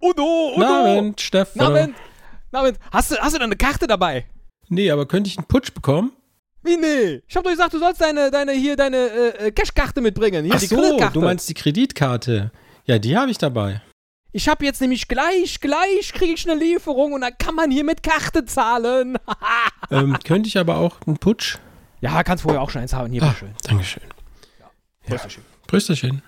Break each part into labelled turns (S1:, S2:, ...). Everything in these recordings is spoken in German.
S1: Udo, Udo.
S2: Abend, Steffen.
S1: Namen. Namen. Hast du, hast du deine Karte dabei?
S2: Nee, aber könnte ich einen Putsch bekommen?
S1: Wie nee? Ich hab doch gesagt, du sollst deine, deine hier deine äh, äh, Cashkarte mitbringen. Hier
S2: Ach
S1: die
S2: so,
S1: Kreditkarte.
S2: du meinst die Kreditkarte. Ja, die habe ich dabei.
S1: ich hab jetzt nämlich gleich, gleich kriege ich eine Lieferung und dann kann man hier mit Karte zahlen.
S2: ähm, könnte ich aber auch einen Putsch?
S1: ja, kannst vorher auch schon eins haben. Hier,
S2: Ah,
S1: bitteschön.
S2: Dankeschön. Ja.
S1: Prösterchen.
S2: Prösterchen.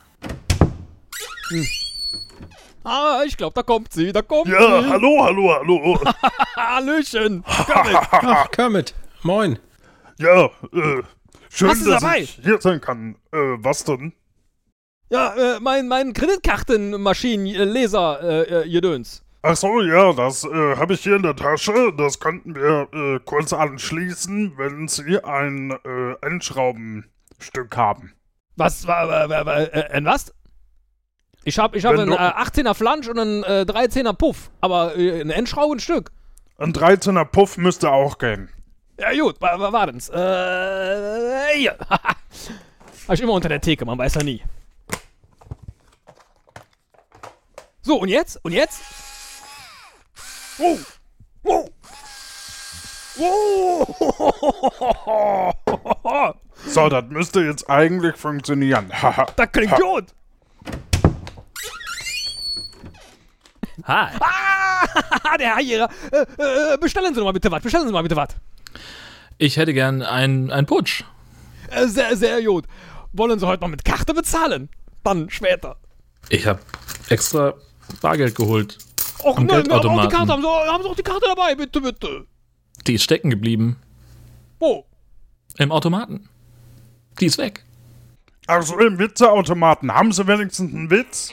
S1: Ah, ich glaube, da kommt sie, da kommt
S3: Ja,
S1: sie.
S3: hallo, hallo, hallo.
S1: Hallöchen. Ah,
S2: Ach, Kermit. Moin.
S3: Ja, äh, schön,
S1: Hast du
S3: dass
S1: dabei?
S3: ich hier sein kann. Äh, was denn?
S1: Ja, äh, mein, mein Kreditkartenmaschinenleser, äh, äh, Gedöns.
S3: Ach so, ja, das äh, habe ich hier in der Tasche. Das könnten wir äh, kurz anschließen, wenn Sie ein äh, Endschraubenstück haben.
S1: Was, wa- wa- wa- wa- äh, ein was? Ich hab, ich hab
S3: Wenn
S1: einen äh,
S3: du-
S1: 18er Flansch und einen äh, 13er Puff, aber äh, ein Endschraubenstück.
S3: Ein 13er Puff müsste auch gehen.
S1: Ja gut, wa- wa- warten's. Äh, hier. Hab ich immer unter der Theke, man weiß ja nie. So, und jetzt? Und jetzt? Oh! Oh! Oh!
S3: So, das müsste jetzt eigentlich funktionieren. Haha.
S1: Das klingt gut!
S4: Hi.
S1: Ah, der Herr hier. Äh, äh, bestellen Sie doch mal bitte was. Bestellen Sie mal bitte was.
S4: Ich hätte gern einen einen Putsch.
S1: Äh, sehr, sehr gut. Wollen Sie heute noch mit Karte bezahlen? Dann später.
S4: Ich habe extra Bargeld geholt.
S1: Och
S4: Am
S1: nein, wir haben auch die
S4: Geldautomaten.
S1: Karte. Haben Sie, haben Sie auch die Karte dabei? Bitte, bitte.
S4: Die ist stecken geblieben.
S1: Wo?
S4: Im Automaten. Die ist weg.
S3: Also, Ach so, im Witzeautomaten. Haben Sie wenigstens einen Witz?